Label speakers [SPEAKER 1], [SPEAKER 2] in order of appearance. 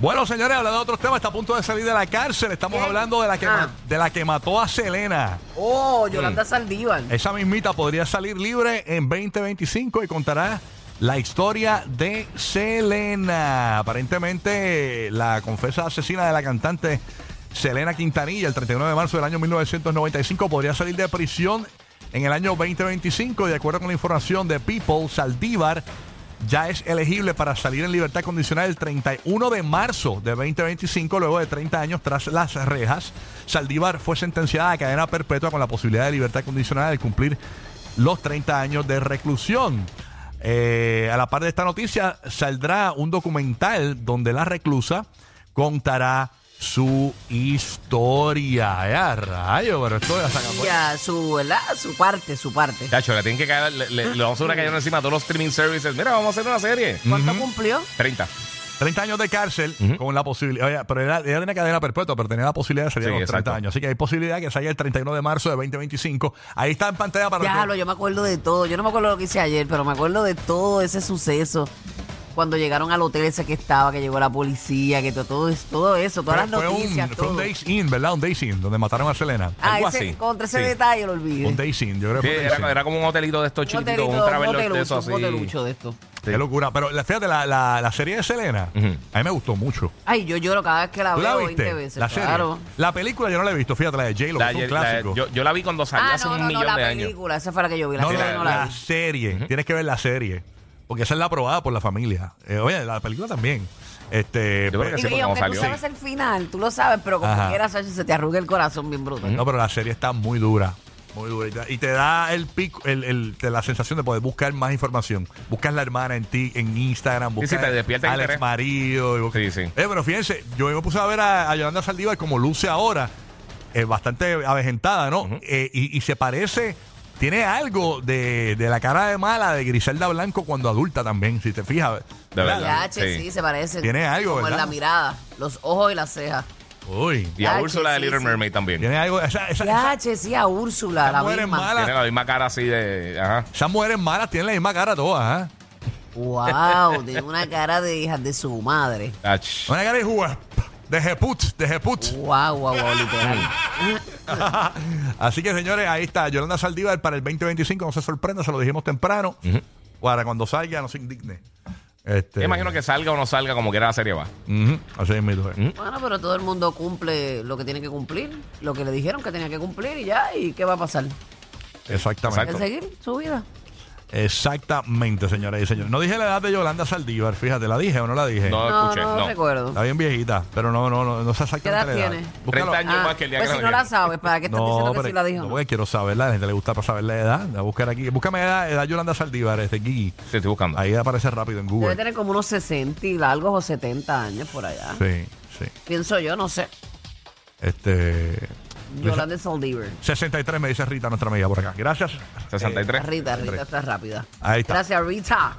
[SPEAKER 1] Bueno, señores, hablando de otros temas, está a punto de salir de la cárcel. Estamos
[SPEAKER 2] ¿Quién?
[SPEAKER 1] hablando de la, que
[SPEAKER 2] Ah.
[SPEAKER 1] ma- de la que mató a Selena.
[SPEAKER 2] Oh, Yolanda Saldívar.
[SPEAKER 1] Esa mismita podría salir libre en 2025 y contará la historia de Selena. Aparentemente, la confesa asesina de la cantante Selena Quintanilla, el 31 de marzo del año 1995, podría salir de prisión en el año 2025. Y de acuerdo con la información de People, Saldívar ya es elegible para salir en libertad condicional el 31 de marzo de 2025, luego de 30 años tras las rejas. Saldívar fue sentenciada a cadena perpetua con la posibilidad de libertad condicional al cumplir los 30 años de reclusión. Eh, a la par de esta noticia saldrá un documental donde la reclusa contará su historia. ¡Ay, a rayo! Pero esto ya se acabó.
[SPEAKER 2] Ya, su, ¿verdad? Su parte, su parte.
[SPEAKER 3] Chacho, le tienen que caer, le, le- le vamos
[SPEAKER 2] Ah.
[SPEAKER 3] a una cayendo encima a todos los streaming services. Mira, vamos a hacer una serie.
[SPEAKER 2] ¿Cuánto cumplió?
[SPEAKER 3] 30.
[SPEAKER 1] 30 años de cárcel con la posibilidad. oye, Pero ella, ella tenía cadena perpetua, pero tenía la posibilidad de salir
[SPEAKER 3] Sí,
[SPEAKER 1] a los 30
[SPEAKER 3] exacto.
[SPEAKER 1] años. Así que hay posibilidad que salga el 31 de marzo de 2025. Ahí está en pantalla para
[SPEAKER 2] Ya, lo,
[SPEAKER 1] que-
[SPEAKER 2] yo me acuerdo de todo. Yo no me acuerdo lo que hice ayer, pero me acuerdo de todo ese suceso. Cuando llegaron al hotel ese que estaba, que llegó la policía, que to- todo, es- todo eso, todas
[SPEAKER 1] Fue-
[SPEAKER 2] las
[SPEAKER 1] fue,
[SPEAKER 2] noticias,
[SPEAKER 1] un, fue un
[SPEAKER 2] todo.
[SPEAKER 1] Days In, ¿verdad? Un Days In, donde mataron a Selena.
[SPEAKER 2] ah,
[SPEAKER 3] algo
[SPEAKER 2] ese,
[SPEAKER 3] así.
[SPEAKER 2] contra ese
[SPEAKER 3] Sí.
[SPEAKER 2] detalle lo olvidé.
[SPEAKER 1] Un Days In, yo creo que
[SPEAKER 3] Sí,
[SPEAKER 1] fue un Days In.
[SPEAKER 3] era, era como un hotelito de estos
[SPEAKER 2] Un
[SPEAKER 3] chiquitos,
[SPEAKER 2] hotelito,
[SPEAKER 3] un,
[SPEAKER 2] un
[SPEAKER 3] traveler de
[SPEAKER 2] hotelucho,
[SPEAKER 3] esos
[SPEAKER 2] un
[SPEAKER 3] así.
[SPEAKER 2] hotelucho de esto.
[SPEAKER 1] Qué locura. Pero la, fíjate, la, la, la serie de Selena,
[SPEAKER 3] Ujú.
[SPEAKER 1] a mí me gustó mucho.
[SPEAKER 2] Ay, yo lloro cada vez que la
[SPEAKER 1] ¿Tú
[SPEAKER 2] veo
[SPEAKER 1] la
[SPEAKER 2] 20
[SPEAKER 1] viste?
[SPEAKER 2] veces.
[SPEAKER 1] la serie.
[SPEAKER 2] claro.
[SPEAKER 1] La película yo no la he visto, fíjate, la de J-Lo, que
[SPEAKER 3] La-
[SPEAKER 1] es un
[SPEAKER 3] la-
[SPEAKER 1] clásico.
[SPEAKER 3] yo, yo la vi cuando salió
[SPEAKER 2] Ah,
[SPEAKER 3] hace
[SPEAKER 2] no,
[SPEAKER 3] un
[SPEAKER 2] no, no,
[SPEAKER 3] millón
[SPEAKER 2] la
[SPEAKER 3] de años.
[SPEAKER 2] película, esa fue la que yo vi, la
[SPEAKER 1] no,
[SPEAKER 2] serie
[SPEAKER 1] la,
[SPEAKER 2] no la
[SPEAKER 1] la
[SPEAKER 2] vi.
[SPEAKER 1] serie. Tienes que ver la serie. Porque esa es la aprobada por la familia. Eh, oye, la película también. Este,
[SPEAKER 3] Yo creo
[SPEAKER 1] pe-
[SPEAKER 2] Y,
[SPEAKER 3] que sí, porque
[SPEAKER 2] y
[SPEAKER 3] como
[SPEAKER 2] aunque tú
[SPEAKER 3] salió.
[SPEAKER 2] sabes el final, tú lo sabes, pero como
[SPEAKER 1] Ajá. Mm.
[SPEAKER 2] quieras, Sachi, se te arruga el corazón bien bruto.
[SPEAKER 1] No, pero la serie está muy dura. Muy dura. Y te- Y te da el pico, el, el- te- la sensación de poder buscar más información. Buscas la hermana en ti, en Instagram, buscas
[SPEAKER 3] sí, te despierta el
[SPEAKER 1] al
[SPEAKER 3] interés.
[SPEAKER 1] exmarido. y buscas-
[SPEAKER 3] Sí, sí.
[SPEAKER 1] Eh, pero fíjense, yo me puse a ver a, a Yolanda Saldívar como luce ahora, eh, bastante avejentada, ¿no? Eh, y, y se parece, tiene algo de, de la cara de mala de Griselda Blanco cuando adulta también, si te fijas.
[SPEAKER 3] De verdad.
[SPEAKER 2] Ya, che, sí.
[SPEAKER 3] Sí.
[SPEAKER 2] se parece.
[SPEAKER 1] Tiene algo,
[SPEAKER 2] Como en
[SPEAKER 1] ¿verdad?
[SPEAKER 2] la mirada, los ojos y las cejas.
[SPEAKER 1] Uy.
[SPEAKER 3] Y a
[SPEAKER 2] Ah,
[SPEAKER 3] Úrsula
[SPEAKER 2] sí,
[SPEAKER 3] de Little
[SPEAKER 2] sí,
[SPEAKER 3] Mermaid también.
[SPEAKER 1] Tiene algo, esa, esa,
[SPEAKER 2] Ya,
[SPEAKER 1] esa-
[SPEAKER 2] che, sí, a Úrsula,
[SPEAKER 1] Esa
[SPEAKER 2] la
[SPEAKER 1] mujer es
[SPEAKER 2] misma.
[SPEAKER 1] mala.
[SPEAKER 3] Tiene la misma cara así de. Ajá.
[SPEAKER 1] esas mujeres malas tienen la misma cara todas, ¿ah?
[SPEAKER 2] Wow, tiene una cara de hija de su madre.
[SPEAKER 3] Ach.
[SPEAKER 1] Una cara de jugar. De jeput, de jeput.
[SPEAKER 2] Wow, wow, wow, literal.
[SPEAKER 1] Así que, señores, ahí está. Yolanda Saldívar para el 2025. No se sorprenda, se lo dijimos temprano. Para cuando salga, no se indigne. Este,
[SPEAKER 3] Yo imagino que salga o no salga, como quiera la serie va.
[SPEAKER 1] Ujú, así es, mi mujer.
[SPEAKER 2] Bueno, pero todo el mundo cumple lo que tiene que cumplir, lo que le dijeron que tenía que cumplir y ya, ¿y qué va a pasar?
[SPEAKER 1] Exactamente.
[SPEAKER 2] ¿El seguir su vida?
[SPEAKER 1] Exactamente, señores y señores. No dije la edad de Yolanda Saldívar, fíjate, ¿la dije o no la dije?
[SPEAKER 3] No,
[SPEAKER 2] No,
[SPEAKER 3] escuché.
[SPEAKER 2] no,
[SPEAKER 3] No.
[SPEAKER 2] recuerdo.
[SPEAKER 1] Está bien viejita, pero no, no, no, no sé exactamente
[SPEAKER 2] ¿Qué edad
[SPEAKER 1] la edad.
[SPEAKER 2] tiene?
[SPEAKER 1] Búscalo.
[SPEAKER 3] 30 años
[SPEAKER 2] Ah,
[SPEAKER 3] más que el día
[SPEAKER 2] pues
[SPEAKER 3] que
[SPEAKER 2] si
[SPEAKER 3] la
[SPEAKER 2] no la
[SPEAKER 3] dieron.
[SPEAKER 2] sabes, ¿para qué estás diciendo
[SPEAKER 1] pero-
[SPEAKER 2] que sí la dijo?
[SPEAKER 1] no,
[SPEAKER 2] no?
[SPEAKER 1] porque quiero saberla, a la gente le gusta saber la edad. La buscar aquí. Búscame edad, edad Yolanda Saldívar, este Gigi.
[SPEAKER 3] Te estoy buscando.
[SPEAKER 1] Ahí aparece rápido en
[SPEAKER 2] Debe
[SPEAKER 1] Google.
[SPEAKER 2] tener como unos 60 y largos o 70 años por allá.
[SPEAKER 1] Sí, sí.
[SPEAKER 2] Pienso yo, no sé.
[SPEAKER 1] Este.
[SPEAKER 2] Yolanda Saldívar.
[SPEAKER 1] 63 me dice Rita, nuestra amiga por acá. Gracias. Eh,
[SPEAKER 3] 63.
[SPEAKER 2] Rita, Rita está rápida.
[SPEAKER 1] Ahí está.
[SPEAKER 2] Gracias, Rita.